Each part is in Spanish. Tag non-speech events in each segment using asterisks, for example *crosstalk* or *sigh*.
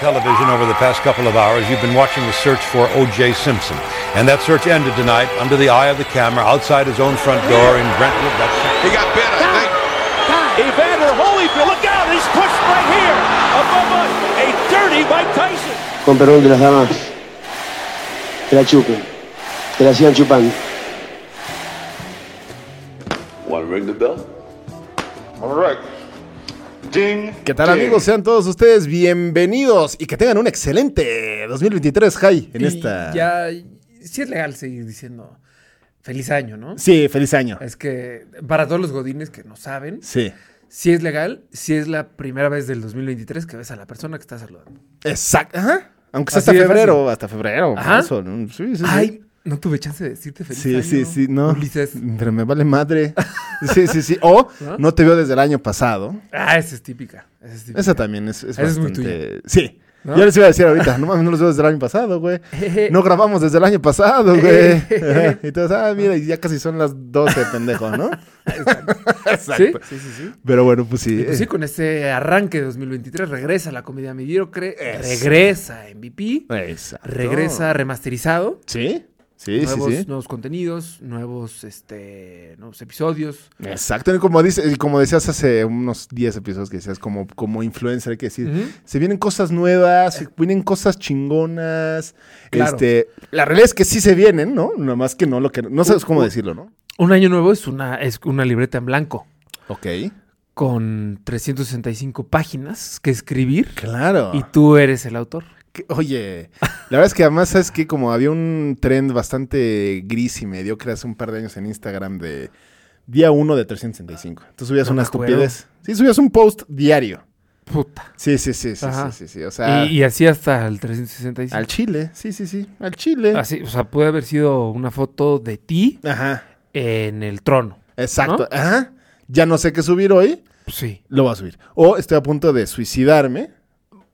television over the past couple of hours, you've been watching the search for O.J. Simpson. And that search ended tonight under the eye of the camera outside his own front door in Brentwood. That's He got bit, I think. Evander Holyfield, look out, he's pushed right here above us. A dirty Mike Tyson. Con perdón de las damas. Que la chupen. Que la sigan chupando. Want to ring the bell? All right. Ding. ¿Qué tal ding. amigos? Sean todos ustedes bienvenidos y que tengan un excelente 2023 Jai en Y esta... Ya, sí es legal seguir diciendo feliz año, ¿no? Sí, feliz año. Es que para todos los godines que no saben, Sí, sí es legal, si es la primera vez del 2023 que ves a la persona que está saludando. exacto. Ajá. Aunque sea Así hasta de febrero, hasta febrero. Ajá. marzo, ¿no? Sí, sí, sí. Ay, no tuve chance de decirte feliz Sí, año. sí, sí, no. Ulises. Pero me vale *laughs* madre. Sí, sí, sí. O ¿No? no te veo desde el año pasado. Ah, esa es típica. Esa es típica. Esa también es, es Esa es muy bastante- Sí. ¿No? Yo les iba a decir ahorita, no mames, no los veo desde el año pasado, *laughs* güey. No grabamos desde el año pasado, güey. *laughs* Ajá. y todos, ah, mira, y ya casi son las 12, pendejo, ¿no? *laughs* ¿Sí? sí, sí, sí. Pero bueno, pues sí. Y pues sí, con este arranque de 2023 regresa la comedia mediocre, regresa MVP, Exacto. regresa remasterizado. Sí, sí, nuevos, sí, sí. nuevos contenidos, nuevos, este, nuevos episodios. Exacto, y como, dice, y como decías hace unos 10 episodios que decías, como, como influencer, hay que decir, Ujú. se vienen cosas nuevas, se vienen cosas chingonas. Claro. Este, la realidad es que sí se vienen, ¿no? Nada más que no lo que. No Uh, sabes cómo decirlo, ¿no? Un año nuevo es una, es una libreta en blanco Ok. con 365 páginas que escribir Claro. y tú eres el autor. Que- Oye, la verdad es que además es que como había un trend bastante gris y mediocre hace un par de años en Instagram de día 1 de 365. Tú subías No me una acuerdo. estupidez. Sí, subías un post diario. Puta. Sí, sí, sí, sí, Ajá. sí, sí, sí, O sea, y, y así hasta el 365. al chile. Sí, sí, sí, al chile. Así, o sea, puede haber sido una foto de ti Ajá, en el trono. exacto. Ajá. Ya no sé qué subir hoy, Pues sí. lo voy a subir. O estoy a punto de suicidarme,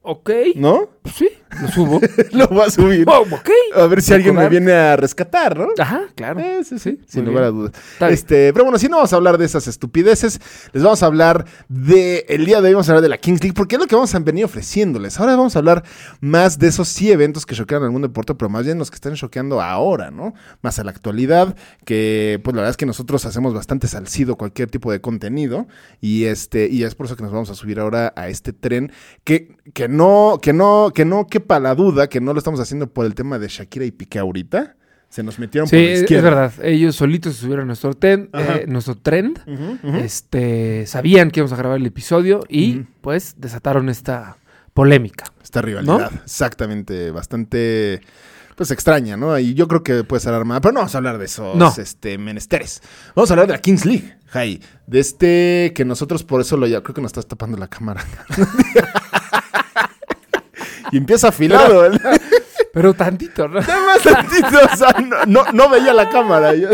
Ok. ¿no? *laughs* Pues sí, lo subo. lo voy a subir. Oh, ok. A ver si alguien me Recordar. viene a rescatar, ¿no? Ajá, claro. Eh, sí, sí, sin muy lugar a bien. dudas. Está bien. Este, pero bueno, si no vamos a hablar de esas estupideces, les vamos a hablar de el día de hoy vamos a hablar de la Kings League, porque es lo que vamos a venir ofreciéndoles. Ahora vamos a hablar más de esos sí eventos que choquean al mundo deporte, pero más bien los que están choqueando ahora, ¿no? Más a la actualidad, que pues la verdad es que nosotros hacemos bastante salcido cualquier tipo de contenido y este y es por eso que nos vamos a subir ahora a este tren que que no que no que no quepa la duda que no lo estamos haciendo por el tema de Shakira y Piqué ahorita. Se nos metieron Sí, por la es izquierda. verdad. Ellos solitos se subieron a nuestro, ten- Ajá. eh, nuestro trend. Ujú, ujú. Este, sabían que íbamos a grabar el episodio y Ujú. pues desataron esta polémica. Esta rivalidad, exactamente, bastante pues extraña, ¿no? Y yo creo que puede ser armada, pero no vamos a hablar de esos No. este, menesteres. Vamos a hablar de la Kings League, Jai. De este que nosotros por eso lo ya creo que nos estás tapando la cámara. *laughs* y empieza afilado, *laughs* ¿verdad? Pero tantito, *laughs* ¿no? Nada más tantito, o sea, no, no- no veía la cámara. yo-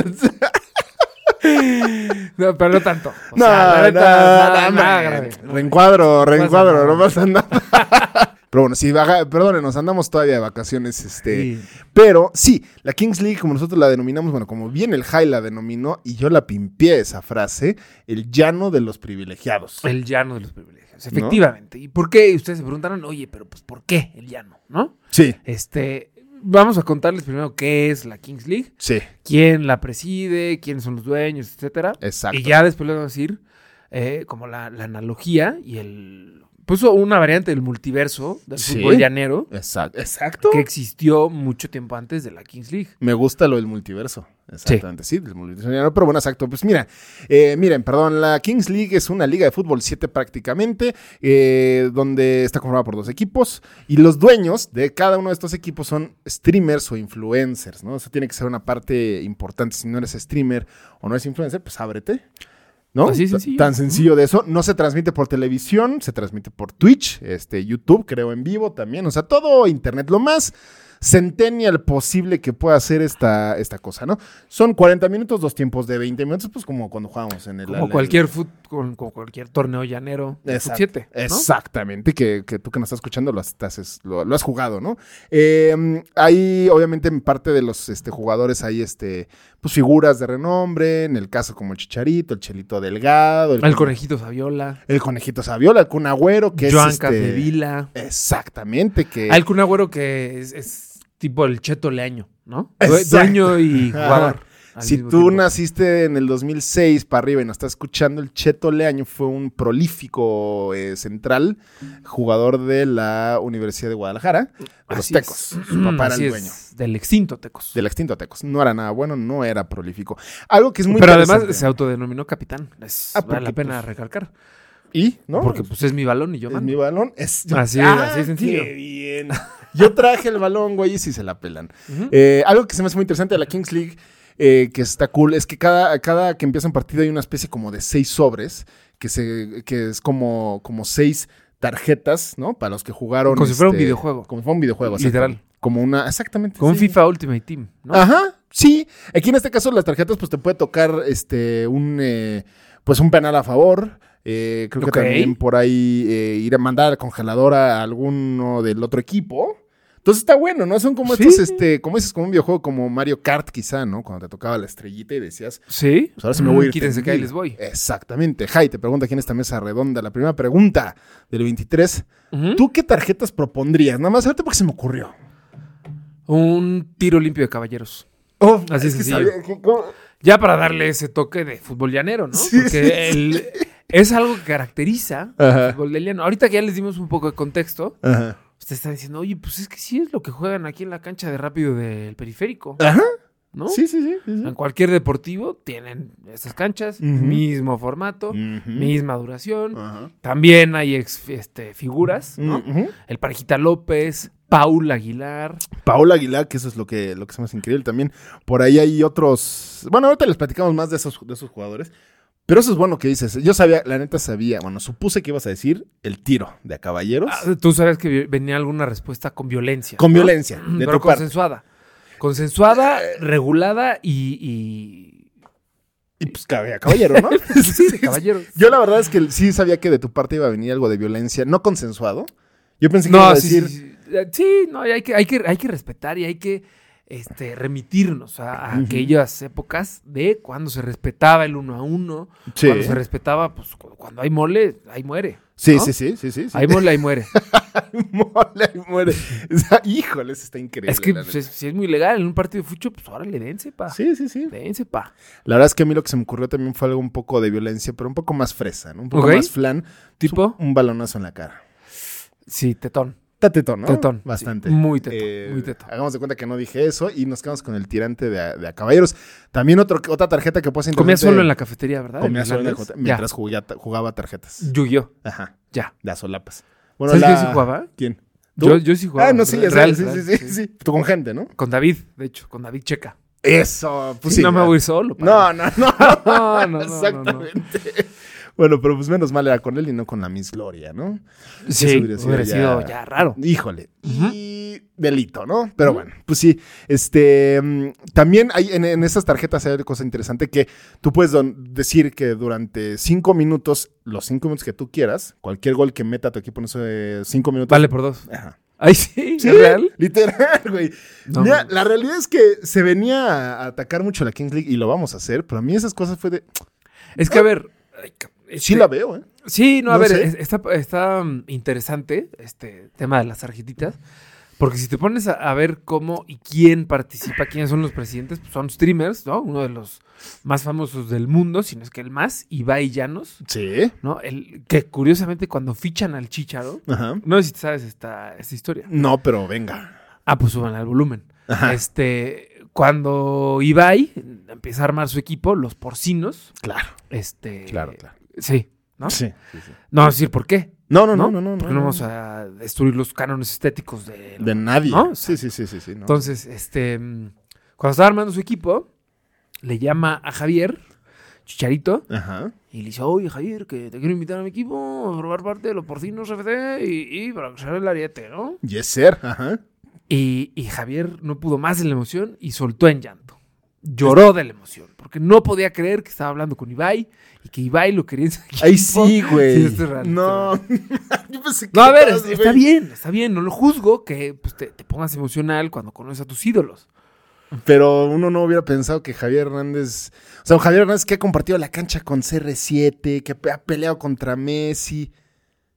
No, pero no tanto. O No, sea, la no, neta, nada, no, nada no, grave. Reencuadro, reencuadro, nada. no pasa nada. *laughs* Pero bueno, sí, baja- perdónenos, andamos todavía de vacaciones, este. Sí. Pero sí, la Kings League, como nosotros la denominamos, bueno, como bien el High la denominó, y yo la pimpié esa frase, el llano de los privilegiados. El llano de los privilegios, efectivamente. ¿Y por qué? Y Ustedes se preguntaron, oye, pero pues ¿por qué el llano? ¿No? Sí, Este, vamos a contarles primero qué es la Kings League, sí, quién la preside, quiénes son los dueños, etcétera. exacto. Y ya después les vamos a decir eh, como la, la analogía y el... Puso una variante del multiverso del Sí. fútbol llanero Exacto. Exacto. que existió mucho tiempo antes de la Kings League. Me gusta lo del multiverso. Exactamente, sí, del multiverso. Ya no, Pero bueno, exacto. Pues mira, eh, miren, perdón, la Kings League es una liga de fútbol 7 prácticamente, eh, donde está conformada por dos equipos y los dueños de cada uno de estos equipos son streamers o influencers, ¿no? O sea, tiene que ser una parte importante. Si no eres streamer o no eres influencer, pues ábrete. ¿No? Así de Ta- sencillo. Tan sencillo de eso. No se transmite por televisión, se transmite por Twitch, este, YouTube, creo, en vivo también. O sea, todo internet. Lo más centennial posible que pueda hacer esta, esta cosa, ¿no? Son 40 minutos, dos tiempos de 20 minutos, pues como cuando jugábamos en el... Como el- cualquier fut, con, con cualquier torneo llanero de fut Exact- 7, ¿no? Exactamente, que, que tú que nos estás escuchando lo has, te haces- lo, lo has jugado, ¿no? Eh, hay, obviamente, en parte de los este, jugadores hay este, pues, figuras de renombre, en el caso como el Chicharito, el Chelito Delgado, El conejito Saviola, el Conejito Saviola, el Kun Agüero, que Joan es este, eh, Capdevila. Exactamente, que... Al Kun Agüero que es, es tipo el Cheto Leaño, ¿no? Due- Exacto. Dueño y jugador. al si mismo tú tiempo. naciste en el 2006 para arriba y nos estás escuchando, el Cheto Leaño fue un prolífico eh, central, jugador de la Universidad de Guadalajara, de los Así Tecos. es. Su papá era Así el es, dueño. Del extinto Tecos. Del extinto Tecos. No era nada bueno, no era prolífico. Algo que es muy Pero además interesante. se autodenominó capitán. Es, Ah, vale la porque, pena pues, recalcar. ¿Y? ¿No? Porque pues es mi balón y yo es mando. mi Ah, balón. Es... *laughs* Así es, así es sencillo. qué bien. Yo traje el balón, güey, y si se la pelan. Eh, algo que se me hace muy interesante de la Kings League, eh, que está cool, es que cada, cada que empieza un partido hay una especie como de seis sobres, que, se, que es como, como seis tarjetas, ¿no? Para los que jugaron. este, Como si fuera un videojuego. Como si fuera un videojuego. Literal. exactamente. Como una. Exactamente. Con sí. Ah. FIFA Ultimate Team, ¿no? Ajá, sí. Aquí en este caso las tarjetas, pues te puede tocar este un eh, pues un penal a favor. Eh, creo Ok. que también por ahí eh, ir a mandar al congelador a alguno del otro equipo. Entonces está bueno, ¿no? Son como Sí. estos, este, como dices, como un videojuego como Mario Kart, quizá, ¿no? Cuando te tocaba la estrellita y decías, Sí. pues ahora sí me voy a Mm, ir. Quítense que ahí les tendido. voy. Exactamente. Jai, te pregunta aquí en esta mesa redonda. La primera pregunta del 23. Ujú. ¿Tú qué tarjetas propondrías? Nada más, ahorita porque se me ocurrió. Un tiro limpio de caballeros. Así Oh, es es que sencillo. sabía que- ¿cómo? Ya para darle ese toque de fútbol llanero, ¿no? Sí, Porque sí, el- es algo que caracteriza Ajá. al fútbol del llano. Ahorita que ya les dimos un poco de contexto, Ajá. ustedes están diciendo, oye, pues es que sí es lo que juegan aquí en la cancha de rápido del periférico, Ajá. ¿no? Sí, sí, sí. sí, sí. En cualquier deportivo tienen estas canchas, Ujú. mismo formato, Ujú. misma duración. Ajá. También hay ex- este, figuras, ¿no? Ujú. El Parejita López, Paul Aguilar. Paola Aguilar, que eso es lo que, lo que se me hace increíble también. Por ahí hay otros. Bueno, ahorita les platicamos más de esos, de esos jugadores. Pero eso es bueno que dices. Yo sabía, la neta sabía, bueno, supuse que ibas a decir el tiro de a caballeros. Ah, Tú sabes que vi- venía alguna respuesta con violencia. con ¿no? violencia, de tu pero Eh. parte. consensuada. Consensuada, regulada y. Y pues cabe a caballero, ¿no? y... *laughs* Sí, *laughs* de caballero. Yo la verdad es que sí sabía que de tu parte iba a venir algo de violencia, no consensuado. Yo pensé que iba a No, sí, decir. sí, sí. Eh, Sí, no, y hay que, hay que, hay que respetar y hay que este, remitirnos a, a aquellas épocas de cuando se respetaba el uno a uno, Sí. cuando se respetaba, pues cu- cuando hay mole, ahí muere. Sí, ¿no? sí, sí, sí, sí, sí. *laughs* Hay mole, ahí muere. Mole, ahí muere. *laughs* O sea, híjoles, está increíble. es que la pues, neta. es- si es muy legal en un partido de fucho, pues órale, dense, pa. Sí, sí, sí. Dense, pa. La verdad es que a mí lo que se me ocurrió también fue algo un poco de violencia, pero un poco más fresa, ¿no? Un poco Ok. más flan. ¿Tipo? Un balonazo en la cara. Sí, tetón. Está tetón, ¿no? Tetón, Bastante. Eh, sí, muy tetón, muy tetón. Hagamos de cuenta que no dije eso y nos quedamos con el tirante de a, de a caballeros. También otro, otra tarjeta que puedes Comía solo en la cafetería, ¿verdad? Comía solo en la Hernández. jota- mientras jugaba, jugaba tarjetas. Ya. Yu-Gi-Oh! Ajá. Ya. De a solapas. ¿Sabes la- que yo sí jugaba? ¿Quién? ¿Tú? Yo, yo sí jugaba. Ah, no, sí, ya Real, sabes, sí, real, sí, sí, sí. Tú con gente, ¿no? Con David, de hecho, con David Checa. Eso, pues sí. no me ya. voy a ir solo. padre. No, no, no. *laughs* *laughs* No, no, no, Exactamente. Bueno, pero pues menos mal era con él y no con la Miss Gloria, ¿no? no. Sí, Eso hubiera sido, ya... raro. Híjole. Y delito, ¿no? Pero bueno, pues sí. Este. mm, También hay en, en esas tarjetas hay otra cosa interesante que tú puedes don- decir que durante cinco minutos, los cinco minutos que tú quieras, cualquier gol que meta tu equipo en esos eh, cinco minutos. Vale por dos. Ajá. Ay, sí, Sí, ¿es *laughs* real? Literal, güey. No, Mira, no. la realidad es que se venía a atacar mucho la Kings League y lo vamos a hacer, pero a mí esas cosas fue de. Es que, a ver. ay, ca- Sí este- la veo, ¿eh? Sí, no, a No ver, sé. es- está, está, mm, interesante este tema de las tarjetitas. Porque si te pones a, a ver cómo y quién participa, quiénes son los presidentes, pues son streamers, ¿no? Uno de los más famosos del mundo, si no es que el más, Ibai Llanos, Sí. ¿no? El, que curiosamente cuando fichan al Chicharo, Ajá. no sé si te sabes esta, esta historia. No, pero venga. Ah, pues suban al volumen. Este, cuando Ibai empieza a armar su equipo, los porcinos, Claro. este. Claro, claro. Sí, ¿no? Sí. No vamos a decir por qué. No, no, ¿no? no, no, no. Porque no vamos a destruir los cánones estéticos de, De nadie. ¿No? Sí, sí, sí, sí, sí. no. Entonces, este, mm, cuando estaba armando su equipo, le llama a Javier, Chicharito, Ajá. y le dice, oye Javier, que te quiero invitar a mi equipo a formar parte de los porcinos FC y, y para que se haga el ariete, ¿no? Yes, sir. Ajá. Y, y Javier no pudo más de la emoción y soltó en llanto. Lloró de la emoción, porque no podía creer que estaba hablando con Ibai y que Ibai lo quería en su *laughs* equipo. Ahí sí, güey. Sí, esto es real, No, *laughs* yo pensé que No, a ver, estabas, es- está güey. bien, está bien, no lo juzgo que pues, te, te pongas emocional cuando conoces a tus ídolos. Pero uno no hubiera pensado que Javier Hernández. O sea, Javier Hernández que ha compartido la cancha con CR7, que pe- ha peleado contra Messi,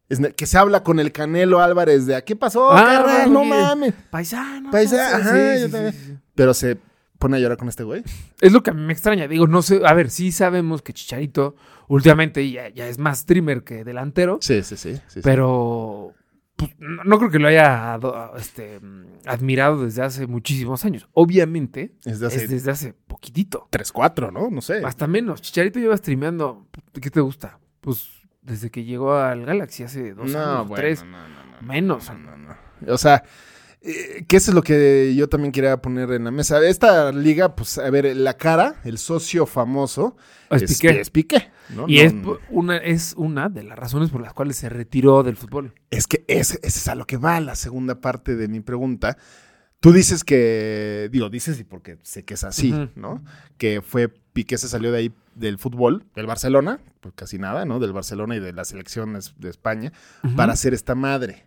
es ne- que se habla con el Canelo Álvarez de "¿A ¿qué pasó? Ah, carnal? bueno, no que- mames. Paisano. Paisa- no sé, ajá, sí, yo sí, también. sí, sí. Pero se pone a llorar con este güey. Es lo que a mí me extraña, digo, no sé, a ver, sí sabemos que Chicharito últimamente ya, ya es más streamer que delantero, Sí, sí, sí. sí, sí. pero pues, no, no creo que lo haya ado- este, mm, admirado desde hace muchísimos años. Obviamente, Es de hace- es desde hace poquitito, 3-4, ¿no? No sé. hasta menos. Chicharito lleva streameando, ¿qué te gusta? Pues desde que llegó al Galaxy hace dos años, bueno, tres, no, no, no. menos. O sea, eh, que eso es lo que yo también quería poner en la mesa. Esta liga, pues, a ver, la cara, el socio famoso, Es Piqué. es Piqué, ¿no? Y No, es, no. pu- una, es una de las razones por las cuales se retiró del fútbol. Es que ese, ese es a lo que va la segunda parte de mi pregunta. Tú dices que, digo, dices y porque sé que es así, Ujú. ¿no? Que fue Piqué se salió de ahí del fútbol, del Barcelona, pues casi nada, ¿no? Del Barcelona y de las selecciones de España, para hacer esta madre.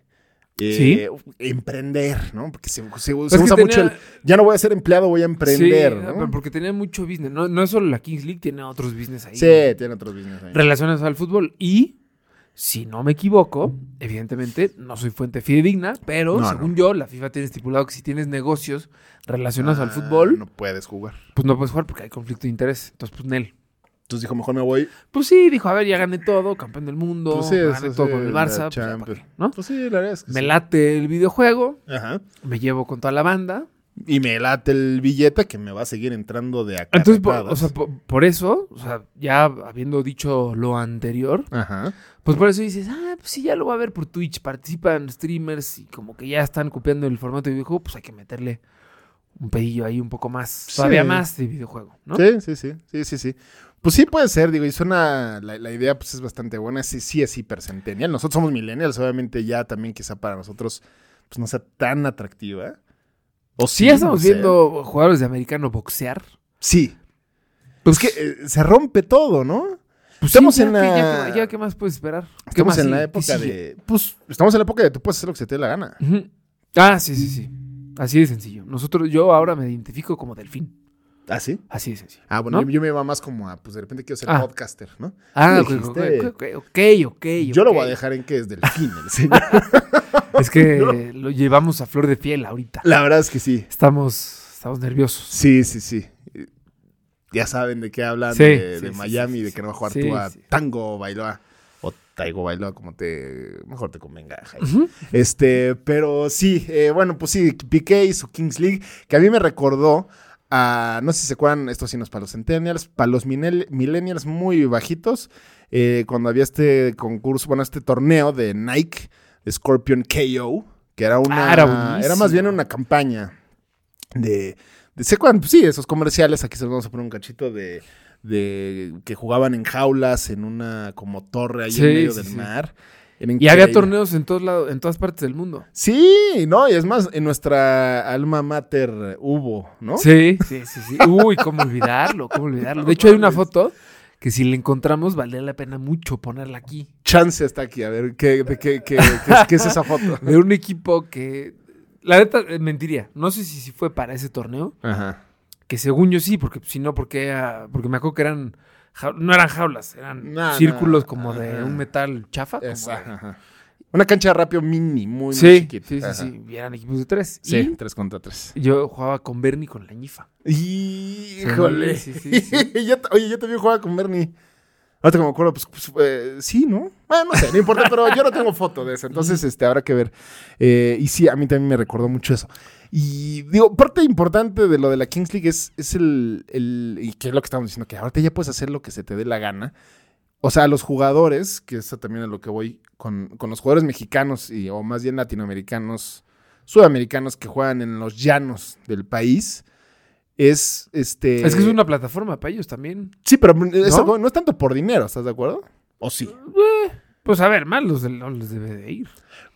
Eh, Emprender, ¿no? Porque se, se- se Pues que usa mucho tenía- el, ya no voy a ser empleado, voy a emprender, Sí, ¿no? pero porque tenía mucho business. No, no es solo la Kings League, tiene otros business ahí. Sí, tiene otros business ahí. Relacionados al fútbol. Y, si no me equivoco, evidentemente no soy fuente fidedigna, pero No, según yo, la FIFA tiene estipulado que si tienes negocios relacionados al Ah, fútbol, No puedes jugar. pues no puedes jugar porque hay conflicto de interés. Entonces, pues Nel. Entonces dijo, mejor me voy. Pues sí, dijo, a ver, ya gané todo, campeón del mundo, Pues sí, gané eso todo sí, con el la Barça, pues ya, ¿para Champions. qué? ¿no? Pues sí, la verdad es que Me sí. late el videojuego, Ajá. me llevo con toda la banda, Y me late el billete que me va a seguir entrando de acá. Entonces, por, o sea, po- por eso, o sea, ya habiendo dicho lo anterior, Ajá. pues por eso dices, ah, pues sí, ya lo va a ver por Twitch, participan streamers y como que ya están copiando el formato de videojuego, pues hay que meterle un pedillo ahí un poco más, todavía más de videojuego, ¿no? Sí, sí, sí, sí, sí, sí. Pues sí puede ser, digo, y suena, la, la idea pues es bastante buena, sí, sí es hipercentennial. Nosotros somos millennials, obviamente ya también quizá para nosotros pues no sea tan atractiva. O Si ya estamos no sé. viendo jugadores de americano boxear, Sí. Pues que eh, se rompe todo, ¿no? pues Estamos sí, ya en que- ya la- que- ya, ¿qué más puedes esperar? ¿Qué Estamos más en sigue? la ¿Qué época sigue? de... Pues estamos en la época de tú puedes hacer lo que se te dé la gana. Ujú. Ah, sí, sí, sí. Así de sencillo. Nosotros, yo ahora me identifico como delfín. ¿Ah, sí? Así de sencillo. Ah, bueno, ¿no? yo, yo me iba más como a, pues de repente quiero ser Ah. podcaster, ¿no? Ah, ok, ok, Dijiste- ok, ok, ok, Yo lo ok. voy a dejar en que es delfín el *laughs* señor. *laughs* Es que lo llevamos a flor de piel ahorita. La verdad es que sí. Estamos, estamos nerviosos. Sí, sí, sí. Eh, Ya saben de qué hablan Sí, de, sí, de sí, Miami, sí, sí, de que no va a jugar sí, tú a sí. Tango Bailoa o Taigo Bailoa, como te mejor te convenga. Jai. Este, pero sí, eh, bueno, pues sí, Piqué y su Kings League, que a mí me recordó a, no sé si se acuerdan, esto sí no es para los centennials, para los minel- millennials muy bajitos, eh, cuando había este concurso, bueno, este torneo de Nike, Scorpion KO, que era una, Ah, era era buenísimo. más bien una campaña de, de ¿se acuerdan? Pues sí, esos comerciales, aquí se los vamos a poner un cachito de, de que jugaban en jaulas, en una como torre ahí Sí, en medio sí, del sí. mar. Y había torneos en todos lados, en todas partes del mundo. Sí, no, y es más, en nuestra alma mater hubo, ¿no? Sí, sí, sí, sí. Uy, cómo olvidarlo, cómo olvidarlo. De hecho, hay una foto que si la encontramos, valdría la pena mucho ponerla aquí. Chance está aquí, a ver, ¿qué, de qué, qué- qué es, qué es esa foto? *laughs* De un equipo que. La neta, eh, mentiría. No sé si, si fue para ese torneo, Ajá. que según yo sí, porque si no, porque, ah, porque me acuerdo que eran. jau- No eran jaulas, eran No, no, círculos como de ajá. un metal chafa. como Esa, de- ajá. Una cancha de rápido mini, muy, muy Sí, chiquita. sí, sí, Ajá. sí. Y eran equipos de tres. Sí, Y tres contra tres. Yo jugaba con Bernie con la ñifa. Híjole. Sí, sí, sí. *laughs* Yo ta- oye, yo también jugaba con Bernie. Ahorita que me acuerdo, pues, pues, eh, sí, ¿no? Ah, no sé, no importa, pero yo no tengo foto de eso. Entonces, este, habrá que ver. Eh, y sí, a mí también me recordó mucho eso. Y digo, parte importante de lo de la Kings League es, es el, el- Y que es lo que estamos diciendo, que ahorita ya puedes hacer lo que se te dé la gana. O sea, los jugadores, que eso también es lo que voy con, con los jugadores mexicanos y, o más bien latinoamericanos, sudamericanos que juegan en los llanos del país, es este. es que es una plataforma para ellos también. Sí, pero es- ¿No? ¿no? es tanto por dinero, ¿estás de acuerdo? ¿O sí? Pues a ver, mal los del LOL les debe de ir.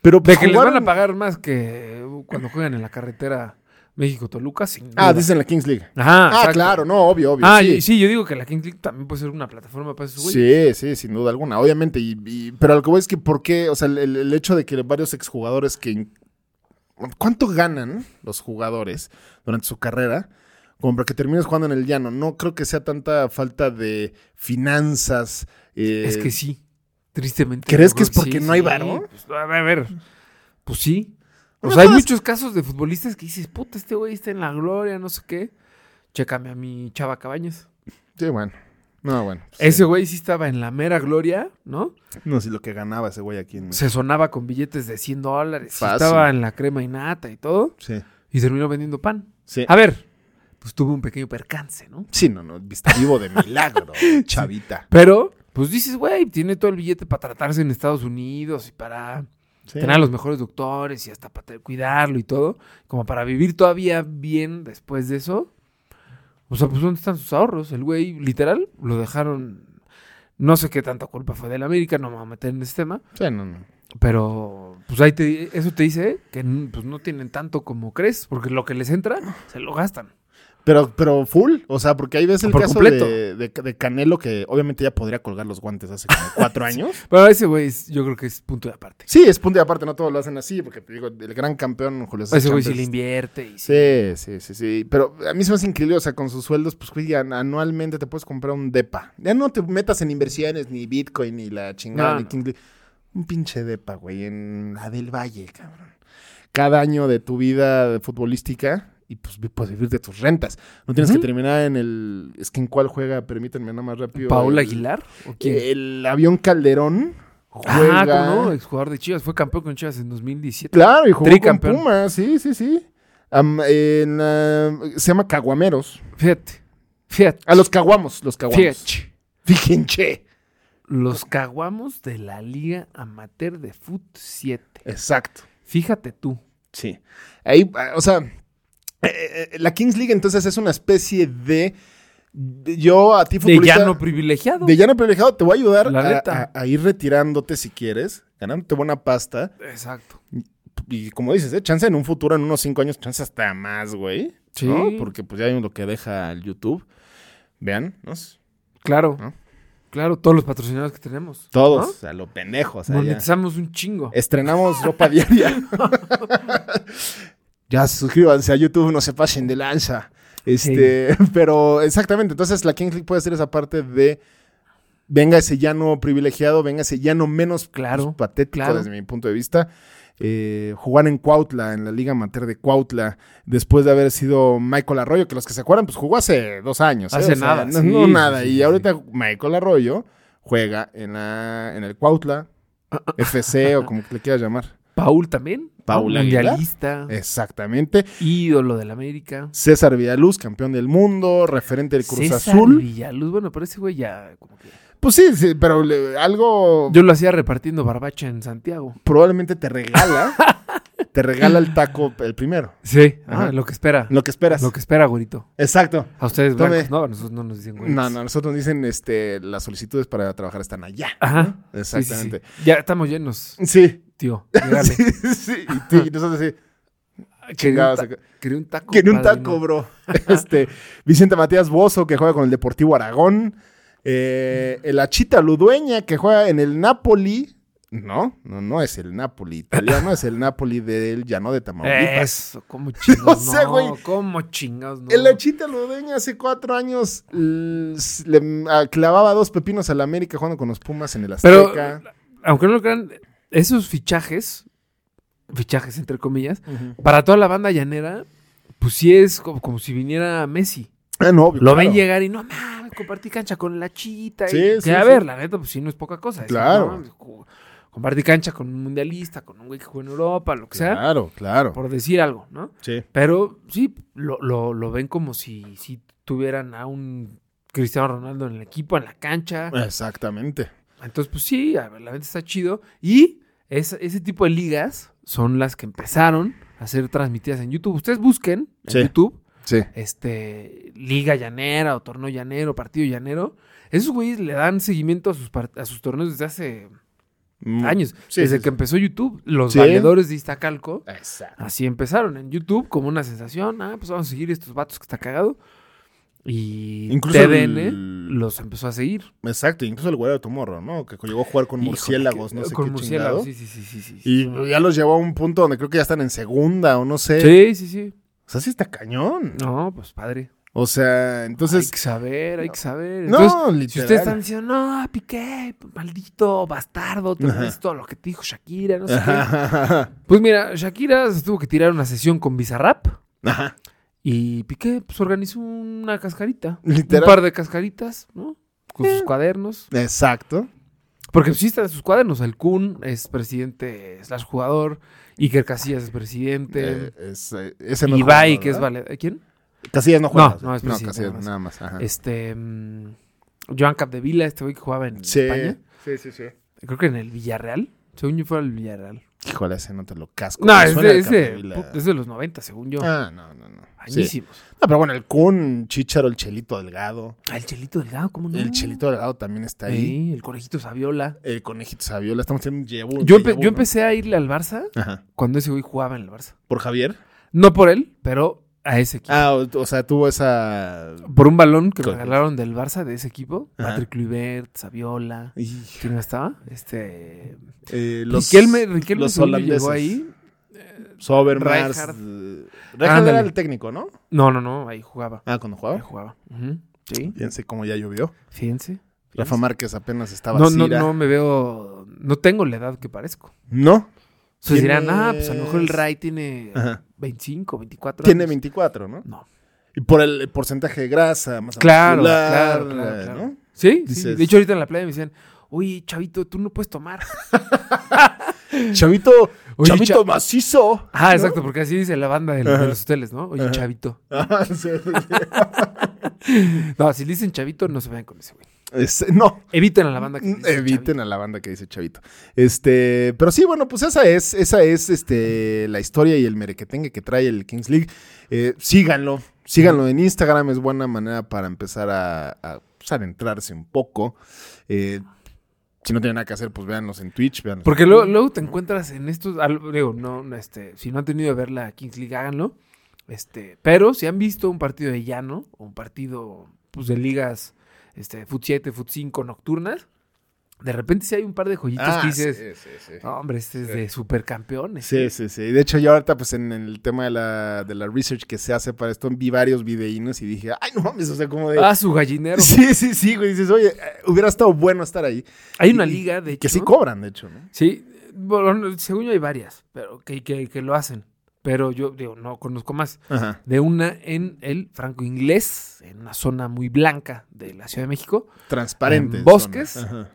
Pero De pues, que les van jugaron- a pagar más que uh, cuando juegan en la carretera México-Toluca, sin Ah, duda. dicen la Kings League. Ajá, Ah, exacto. claro, no, obvio, obvio. Ah, sí. y- sí, yo digo que la King Click también puede ser una plataforma para esos güeyes. Sí, sí, sin duda alguna, obviamente. Y, y- pero a lo que voy es que, ¿por qué? O sea, el, el hecho de que varios exjugadores que. in- ¿Cuánto ganan los jugadores durante su carrera? Como para que termines jugando en el llano. No creo que sea tanta falta de finanzas. eh, Es que sí, tristemente. ¿Crees yo que creo es porque no hay varón? Pues, a ver, a ver, pues sí. O Una sea, hay cosa es- muchos casos de futbolistas que dices, puta, este güey está en la gloria, no sé qué. Chécame a mi chava Cabañas. Sí, bueno. No, bueno. Ese güey sí estaba en la mera gloria, ¿no? No sé lo que ganaba ese güey aquí en. Se sonaba con billetes de 100 dólares. sí Fácil. Estaba en la crema y nata y todo. Sí. Y terminó vendiendo pan. Sí. A ver, pues tuvo un pequeño percance, ¿no? Sí, no, no. Viste vivo de *laughs* milagro, chavita. Pero, pues dices, güey, tiene todo el billete para tratarse en Estados Unidos y para Sí. tener a los mejores doctores y hasta para te- cuidarlo y todo, como para vivir todavía bien después de eso. O sea, pues ¿dónde están sus ahorros? El güey, literal, lo dejaron. No sé qué tanta culpa fue del América, no me voy a meter en este tema, Sí, no, no. pero pues ahí te, eso te dice que n- pues, no tienen tanto como crees, porque lo que les entra se lo gastan. Pero, pero full, o sea, porque ahí ves el Por caso completo. de, de- de Canelo, que obviamente ya podría colgar los guantes hace *laughs* como cuatro años. Pero ese güey es- yo creo que es punto de aparte. Sí, es punto y aparte, no todos lo hacen así, porque te digo, el gran campeón Julio César Ese güey sí Chávez- le invierte y sí. Sí, sí, sí, sí. Pero a mí se me hace increíble, o sea, con sus sueldos, pues, güey, an- anualmente te puedes comprar un DEPA. Ya no te metas en inversiones, ni Bitcoin, ni la chingada, No, ni no. Kindle. Un pinche DEPA, güey, en la del Valle, cabrón. Cada año de tu vida futbolística y pues vi- puedes vivir de tus rentas. No tienes que Ujú. terminar en el... Es que en cuál juega, permítanme nada más rápido. ¿Paola el- Aguilar? ¿O quién? El avión Calderón Eh, juega... Ah, ¿cómo no? Exjugador de Chivas. Fue campeón con Chivas en 2017. Claro, y jugó con Tricampeón. Pumas, sí, sí, sí. Am- en, ah, se llama Caguameros. Fíjate. Fíjate. A los caguamos, los caguamos. Fíjate. Fíjense. Los caguamos de la Liga Amateur de Foot 7. Exacto. Fíjate tú. Sí. Ahí, ah, o sea, eh, eh, la Kings League entonces es una especie de, de- yo a ti De futbolista llano privilegiado. de llano privilegiado te voy a ayudar La a, neta. a- a ir retirándote si quieres, ganándote buena pasta Exacto. y como dices, eh, chance en un futuro en unos cinco años, chance hasta más, güey. Sí. ¿no? Porque pues ya vimos lo que deja el YouTube. Vean, ¿no? Claro. ¿No? Claro, todos los patrocinadores que tenemos. Todos, ¿no? a lo pendejo, o sea, ya. Monetizamos un chingo. Estrenamos *laughs* ropa diaria. ya suscríbanse a YouTube, no se pasen de lanza. Este, *laughs* pero exactamente, entonces la King League puede hacer esa parte de venga ese llano privilegiado, venga ese llano menos Claro, pues, patético claro. desde mi punto de vista. Eh, jugar en Cuautla, en la Liga Amateur de Cuautla, después de haber sido Michael Arroyo, que los que se acuerdan, pues jugó hace dos años. ¿eh? Hace O sea, nada, No, sí, no sí, nada. sí, y sí. ahorita Michael Arroyo juega en, la, en el Cuautla, FC o como le quieras llamar. Paul también. Paul Aguilar. Eh. Mundialista. Exactamente. Ídolo del América. César Villaluz, campeón del mundo, referente del Cruz César Azul. Villaluz. Bueno, pero ese güey ya como que... Pues sí, sí, pero le- algo Yo lo hacía repartiendo barbacha en Santiago. probablemente te *laughs* regala. te regala el taco el primero. Sí, Ajá. ah, lo que espera. Lo que esperas. Lo que espera, güerito. Exacto. A ustedes Tome. blancos, no, a nosotros no nos dicen güeritos. No, no, nosotros nos dicen este, las solicitudes para trabajar están allá. Ajá. Sí, sí, sí. Exactamente. Ya estamos llenos, Sí. tío. Llegale. *laughs* Sí, sí. Y tú- Y nosotros así. quería, Ah, un chingados, ta- acá. quería un taco. Quiere un padre, taco, ¿no? *laughs* bro. Este, Vicente Matías Bozo, que juega con el Deportivo Aragón. Eh, el Achita Ludueña, que juega en el Napoli. No, no, no es el Napoli italiano, es el Napoli del llano de Tamaulipas. Eso, *laughs* como chingados. O no, sea, güey. como chingados. No. El Achita Ludueña hace cuatro años l- s- le mm, a- clavaba dos pepinos al América jugando con los Pumas en el Pero, Azteca. aunque no lo crean, esos fichajes, fichajes entre comillas, para toda la banda llanera, pues sí es como, como si viniera Messi. Ah, no, obvio, Lo ven claro. llegar y no mames, compartí cancha con la chita. y- Sí, que sí, a sí. ver, la neta, pues sí, no es poca cosa. Es, Claro. no mames, ju- compartí cancha con un mundialista, con un güey que juega en Europa, lo que sea, Claro, claro. por decir algo, ¿no? Sí. Pero sí, lo, lo, lo ven como si, si tuvieran a un Cristiano Ronaldo en el equipo, en la cancha. Exactamente. Entonces, pues sí, a ver, la neta está chido. Y es- ese tipo de ligas son las que empezaron a ser transmitidas en YouTube. Ustedes busquen en Sí. YouTube Sí. este, liga llanera o torneo llanero, partido llanero. Esos güeyes le dan seguimiento a sus, par- a sus torneos desde hace Mm, años. sí, Desde sí, que empezó YouTube, los Sí. valedores de Iztacalco Exacto. así empezaron. En YouTube, como una sensación, ah, pues vamos a seguir estos vatos que está cagado. Y Incluso TDN el- los empezó a seguir. Exacto, incluso el güero de Tomorrow, ¿no? Que llegó a jugar con Híjole, murciélagos, que- no sé Con qué murciélagos, chingado. sí, sí, sí, sí, sí. Y pues, ya los llevó a un punto donde creo que ya están en segunda o no sé. Sí, sí, sí. O sea, sí está cañón. No, pues padre. O sea, entonces. hay que saber, hay que saber. No, Entonces, Si literal. ustedes están diciendo, no, Piqué, maldito bastardo, te perdiste todo lo que te dijo Shakira, no sé qué. Ajá. *laughs* Pues mira, Shakira se tuvo que tirar una sesión con Bizarrap Ajá. y Piqué pues organizó una cascarita. Literal. Eh. Un par de cascaritas, ¿no? Con sus cuadernos. Exacto. Porque pues, sí están sus cuadernos. El Kun es presidente slash jugador. Iker Casillas es presidente. Eh, es, eh, ese no Ibai, juega, que es ¿verdad? Ah. vale. ¿eh? ¿Quién? Casillas no juega. No, no, es presidente, Casillas, nada más. nada más. ajá. Este. mm, Joan Capdevila, este güey que jugaba en Sí. España. sí, sí, sí. Creo que en el Villarreal. Según yo, fue el Villarreal. Híjole, ese no te lo casco. No, Me es suena de, el es de- Capdevila. pu- es de los 90, según yo. Ah, no, no, no. Sí. Añísimos. No, pero bueno, el Kun, Chicharo, el Chelito Delgado. Ah, el Chelito Delgado, ¿cómo no? El Chelito Delgado también está ahí. Sí, el Conejito Saviola. El Conejito Saviola. Estamos teniendo un llevo. Yo, un empe- déjà vu, ¿no? yo empecé a irle al Barça Ajá. cuando ese güey jugaba en el Barça. ¿Por Javier? No por él, pero a ese equipo. Ah, o, o sea, tuvo esa... Por un balón que me Correcto. regalaron del Barça de ese equipo. Ajá. Patrick Kluivert, Saviola. Hijo, ¿Quién no estaba? Este. eh, los, Riquelme, Riquelme los según yo, holandeses. llegó ahí. Sobermars. Rijkaard. eh, Rijkaard era Ándale. el técnico, ¿no? No, no, no, ahí jugaba. Ah, cuando Ahí jugaba. jugaba. Ujú, Sí, Fíjense cómo ya llovió. fíjense. Rafa Márquez apenas estaba No, no, Cira. no me veo. No tengo la edad que parezco. ¿No? O sea, dirán, Tienes- ah, pues a lo mejor el Rai tiene Ajá. 25, 24 Tiene años. 24, ¿no? No. Y por el porcentaje de grasa, más Claro, muscular, claro, claro, eh, claro. ¿no? Sí, sí, Dices- De hecho, ahorita en la playa me decían, oye, chavito, tú no puedes *laughs* tomar. Chavito, Oye, chavito cha- macizo. *laughs* Ah, exacto, porque así dice la banda de, los- de los hoteles, ¿no? Oye, chavito. Ah, sí, *laughs* sí. No, si le dicen chavito, no se vayan con ese güey. Es- no, Eviten a la banda que les dice Mm, eviten chavito. a la banda que dice Chavito. Este, pero sí, bueno, pues esa es, esa es este, la historia y el merequetengue que trae el Kings League. Eh, síganlo, síganlo en Instagram, es buena manera para empezar a, a, pues, adentrarse un poco. Eh, si no tienen nada que hacer, pues véanlos en Twitch, véanlos. Porque luego, luego te encuentras en estos. al- Digo, no, no, este, si no han tenido que ver la Kings League, háganlo. Este, pero si han visto un partido de llano, o un partido pues, de ligas este, Foot 7, Foot 5 nocturnas, de repente si hay un par de joyitas Ah, que dices, sí, sí, sí. "No, hombre, este es de supercampeones. Sí, sí, sí. De hecho, yo ahorita, pues, en el tema de la, de la research que se hace para esto, vi varios videínos y dije, ay, no mames, o sea, como de... Ah, su *laughs* gallinero. sí, sí, sí, güey. Dices, oye, eh, hubiera estado bueno estar ahí. Hay una Y- liga, de hecho. Que sí cobran, de hecho, ¿no? Sí, bueno, según yo hay varias, pero que, que, que lo hacen. Pero yo digo, no conozco más. Ajá. De una en el Franco Inglés, en una zona muy blanca de la Ciudad de México. Transparentes. En bosques. son. Ajá.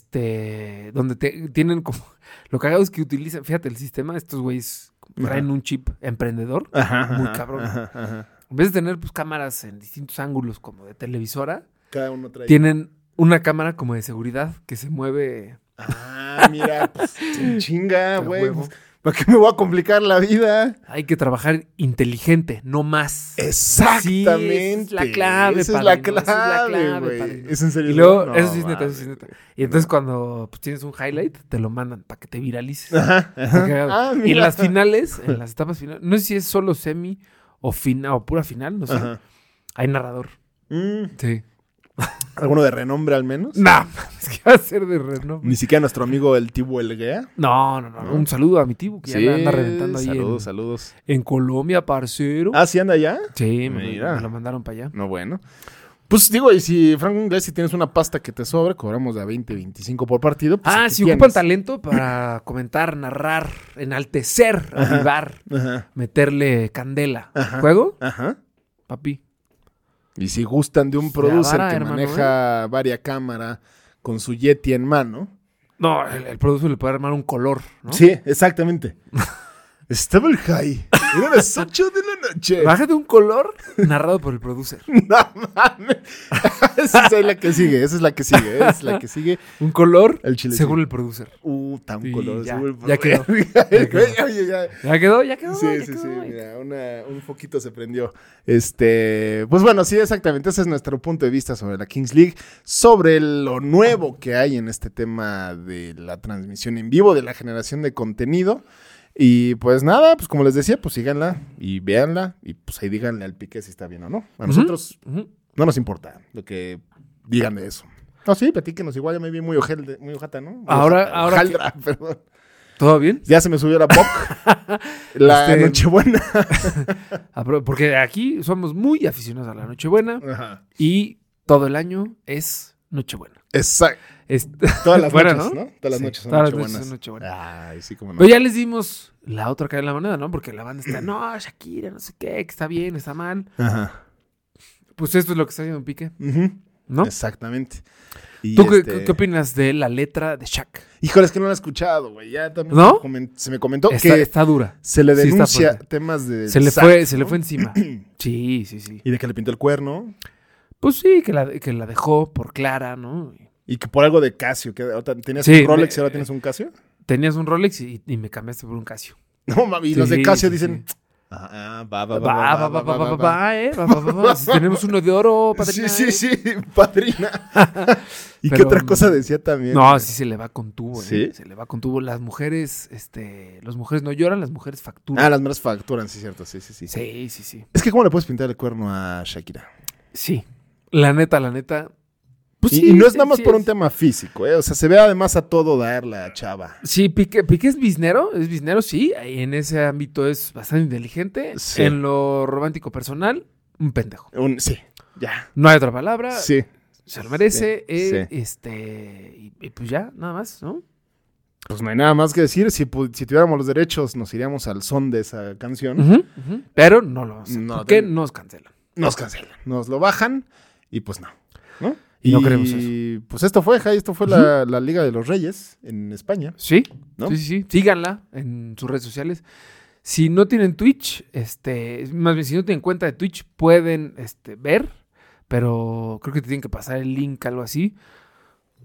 Este, donde te- tienen como. *laughs* Lo cagado es que utilizan, fíjate, el sistema, estos güeyes traen un chip emprendedor. Ajá, ajá, Muy cabrón. ajá, ajá. En vez de tener pues, cámaras en distintos ángulos, como de televisora, Cada uno trae. tienen una cámara como de seguridad que se mueve. Ah, mira, *laughs* pues, en chinga, A güey. huevo. pues, ¿Para qué me voy a complicar la vida? Hay que trabajar inteligente, no más. Eh, Exactamente. es la clave, Esa es la padrino, esa es la clave, clave, güey. padrino. Es en serio. Y luego, No, eso sí es neta, eso mames. sí es neta. Y entonces cuando pues, tienes un highlight, te lo mandan para que te viralices. Ajá, ajá. Está cagado. Ah, y en mira. las finales, en las etapas finales, no sé si es solo semi o final o pura final, no sé. Ajá. Hay narrador. Mm, Sí. ¿Alguno de renombre al menos? No, *laughs* es que va a ser de renombre. Ni siquiera nuestro amigo el Tibu Elguea. No, no, no, No. Un saludo a mi tío que ya la anda reventando ahí Saludos, en, saludos. en Colombia, parcero. Ah, ¿sí anda allá? sí, me, mira. me lo mandaron para allá. No, bueno. Pues digo, y si Franco Inglés, si tienes una pasta que te sobra, cobramos de a 20, 25 por partido. pues, ah, aquí si ocupan tienes. *clears throat* talento para comentar, narrar, enaltecer, avivar, Ajá, meterle candela. Ajá. ¿Juego? ajá. Papi. Y si gustan de un Pues, la producer vara, que hermano, ¿eh? maneja varias cámaras con su Yeti en mano. No, el, el productor le puede armar un color, ¿no? Sí, exactamente. *laughs* Estaba el high. Eran *laughs* las 8 de la noche. Bájate un color narrado por el producer. *laughs* No mames. *laughs* Esa es la que sigue, esa es la que sigue, esa es la que sigue. Un color El chile según sí. el producer. Uh, tan Sí, color. ya, azul, ya quedó, *laughs* güey. ya quedó. Oye, ya. Ya quedó, ya quedó. Sí, ya sí, quedó, sí, güey. mira, una- un foquito se prendió. Este, pues bueno, sí, exactamente, ese es nuestro punto de vista sobre la Kings League, sobre lo nuevo que hay en este tema de la transmisión en vivo, de la generación de contenido. Y pues nada, pues como les decía, pues síganla y véanla y pues ahí díganle al pique si está bien o no. A nosotros Ujú. no nos importa lo que digan de eso. No, sí, platíquenos, igual ya me vi muy, ojelde, muy ojata, ¿no? Muy Ahora- ojata, ahora que- ojaldra, *laughs* perdón. ¿Todo bien? Ya se me subió la *laughs* pop. la Este- nochebuena. Apro- Porque aquí somos muy aficionados a la Nochebuena y todo el año es Nochebuena. Exacto. Es- Todas las Bueno, noches, ¿no? Todas las *laughs* Sí, noches son todas las nochebuenas. Ah, noches son Nochebuena. Ay, sí, como no. Pero ya les dimos la otra cara de la moneda, ¿no? Porque la banda *clears throat* está, no, Shakira, no sé qué, que está bien, está mal. Ajá. Pues esto es lo que está haciendo Pique, Ujú. ¿no? Exactamente. Y ¿Tú qué- este- qué, qué opinas de la letra de Shak? Híjole, es que no lo he escuchado, güey. Ya también ¿No? se, comen- se me comentó Está, que está dura. se le sí está denuncia fuerte. temas de. Se le, sax, fue, se le ¿no? *clears throat* fue encima. Sí, sí, sí. Y de que le pintó el cuerno. Pues sí, que la, que la dejó por clara, ¿no? Y que por algo de Casio. Que ahora tenías Sí, un Rolex y me- ahora tienes un Casio. *laughs* Tenías un Rolex y, y me cambiaste por un Casio. No, mami. Y los Sí, de Casio sí, dicen. sí. Ah, va, va, Va, va. va, va, va, va, va, eh. Va, va, *laughs* va, va. Si Tenemos uno de oro, padrina. Sí, sí, ¿eh? sí, *laughs* *laughs* padrina. ¿Y qué Pero, otra cosa mm, decía también? No, sí se le va con tubo, ¿eh? ¿Sí? Se le va con tubo. Las mujeres, este, las mujeres no lloran, las mujeres facturan. Ah, las meras facturan, sí, cierto, sí, sí, sí. Sí, sí, sí. Es que ¿cómo le puedes pintar el cuerno a Shakira? Sí. La neta, la neta. Pues Y- sí, y, no es sí, nada más sí por es. un tema físico, ¿eh? O sea, se ve además a todo dar la chava. Sí, Piqué, Piqué es biznero, es biznero, sí. y En ese ámbito es bastante inteligente. Sí. En lo romántico personal, un pendejo. Un- sí, ya. No hay otra palabra. Sí. Se lo merece. Sí, eh, sí. Este. Y, y pues ya, nada más, ¿no? Pues no hay nada más que decir. Si, pu- si tuviéramos los derechos, nos iríamos al son de esa canción. Ujú, ujú. Pero no lo vamos a hacer. No, porque ten- nos cancelan. Nos cancelan. Nos lo bajan y pues no. ¿No? Y no queremos Y pues esto fue, Jai, esto fue la, la Liga de los Reyes en España. Sí, ¿No? sí, sí, sí. Síganla en sus redes sociales. Si no tienen Twitch, este, más bien si no tienen cuenta de Twitch, pueden este, ver, pero creo que te tienen que pasar el link, algo así.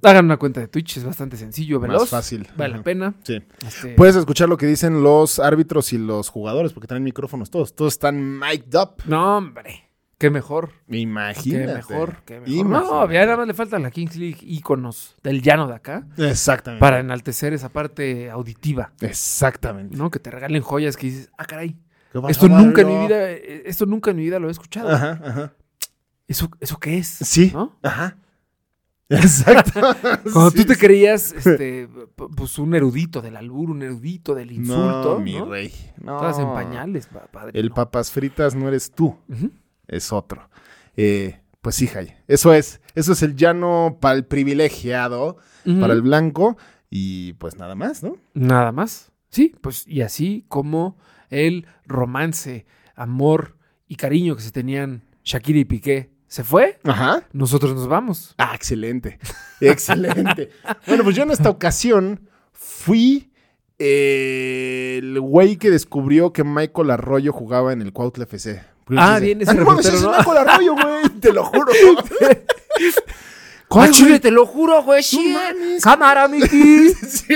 Hagan una cuenta de Twitch, es bastante sencillo, Más veloz. fácil. Vale la Ajá. pena. Sí. Pues- Este, Puedes escuchar lo que dicen los árbitros y los jugadores, porque traen micrófonos todos. Todos están mic'd up. No, hombre. Qué mejor. Imagínate. Qué mejor. Qué mejor. No, Imagínate. ya nada más le faltan la Kings League íconos del llano de acá Exactamente. para enaltecer esa parte auditiva, Exactamente. ¿no? Que te regalen joyas que dices, ah, caray. ¿Qué pasó, Esto nunca en mi Pablo? vida, eh, esto nunca en mi vida lo he escuchado. Ajá, ajá. ¿Eso, ¿Eso qué es? Sí. ¿No? Ajá. Exacto. *laughs* Cuando Sí, tú te sí. *laughs* creías este, p- pues un erudito del albur, un erudito del insulto, No, mi ¿no? rey. No. Estabas en pañales, pa- padre. El ¿no? papas fritas no eres tú, Ujú. es otro. Eh, pues sí, Jay. Eso es. Eso es el llano para el privilegiado, Ujú. para el blanco. Y pues nada más, ¿no? Nada más. Sí, pues y así como el romance, amor y cariño que se tenían Shakira y Piqué se fue, Ajá. nosotros nos vamos. Ah, *laughs* excelente. Excelente. bueno, pues yo en esta ocasión fui eh, el güey que descubrió que Michael Arroyo jugaba en el Cuautla FC. Ah, bien, ese no mames, reportero, es ¿no? Michael Arroyo, güey. *laughs* Te lo juro. Ah, ¿Cuál, chile, güey? Ah, te lo juro, güey. sí, mames. Cámara, Miki. *laughs* Sí,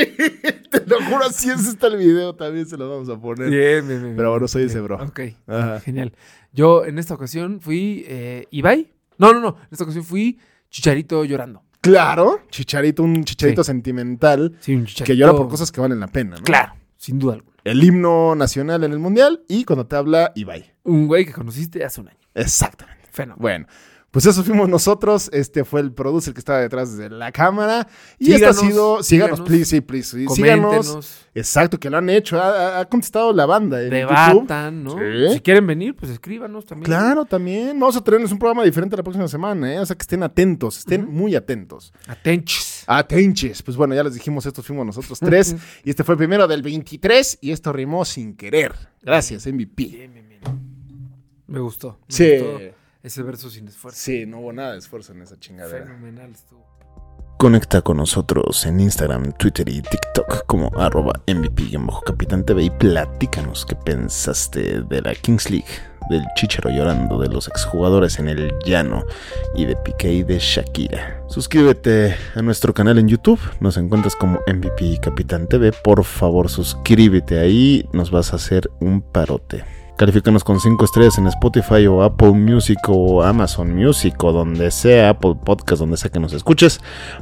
te lo juro, así es está el video, también se lo vamos a poner. Bien, bien, bien. Pero bueno, soy bien. ese bro. Ok, Ajá. genial. Yo en esta ocasión fui eh, Ibai. No, no, no. En esta ocasión fui Chicharito llorando. Claro, chicharito, un chicharito Sí. sentimental Sí, un chicharito. que llora por cosas que valen la pena. ¿no? Claro, sin duda alguna. El himno nacional en el mundial y cuando te habla, Ibai. Un güey que conociste hace un año. Exactamente. Fenómeno. Bueno, pues eso fuimos nosotros. Este fue el producer que estaba detrás de la cámara. Y Síganos, esto ha sido. Síganos, síganos, please, sí, please. sí, Síganos. Coméntenos, Exacto, que lo han hecho. Ha, ha- ha contestado la banda. En YouTube. debatan, ¿no? Sí. Si quieren venir, pues escríbanos también. Claro, también. Vamos a tenerles un programa diferente la próxima semana, ¿eh? O sea, que estén atentos, estén muy atentos. Atenches. Atenches. Pues bueno, ya les dijimos, estos fuimos nosotros tres. y este fue el primero del 23 y esto rimó sin querer. Gracias, MVP. Bien, bien, bien. Me gustó. me Sí. gustó ese verso sin esfuerzo. Sí, no hubo nada de esfuerzo en esa chingadera. Fenomenal estuvo. Conecta con nosotros en Instagram, Twitter y TikTok como arroba MVP-Capitán TV y platícanos qué pensaste de la Kings League, del chichero llorando, de los exjugadores en el llano y de Piqué y de Shakira. Suscríbete a nuestro canal en YouTube, nos encuentras como MVP Capitán TV, por favor suscríbete ahí, nos vas a hacer un parote. Califícanos con 5 estrellas en Spotify o Apple Music o Amazon Music o donde sea, Apple Podcast, donde sea que nos escuches,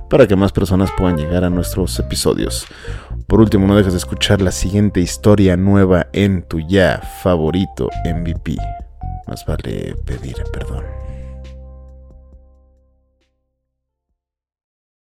para que más personas puedan llegar a nuestros episodios. Por último, no dejes de escuchar la siguiente historia nueva en tu ya favorito MVP. Más vale pedir perdón.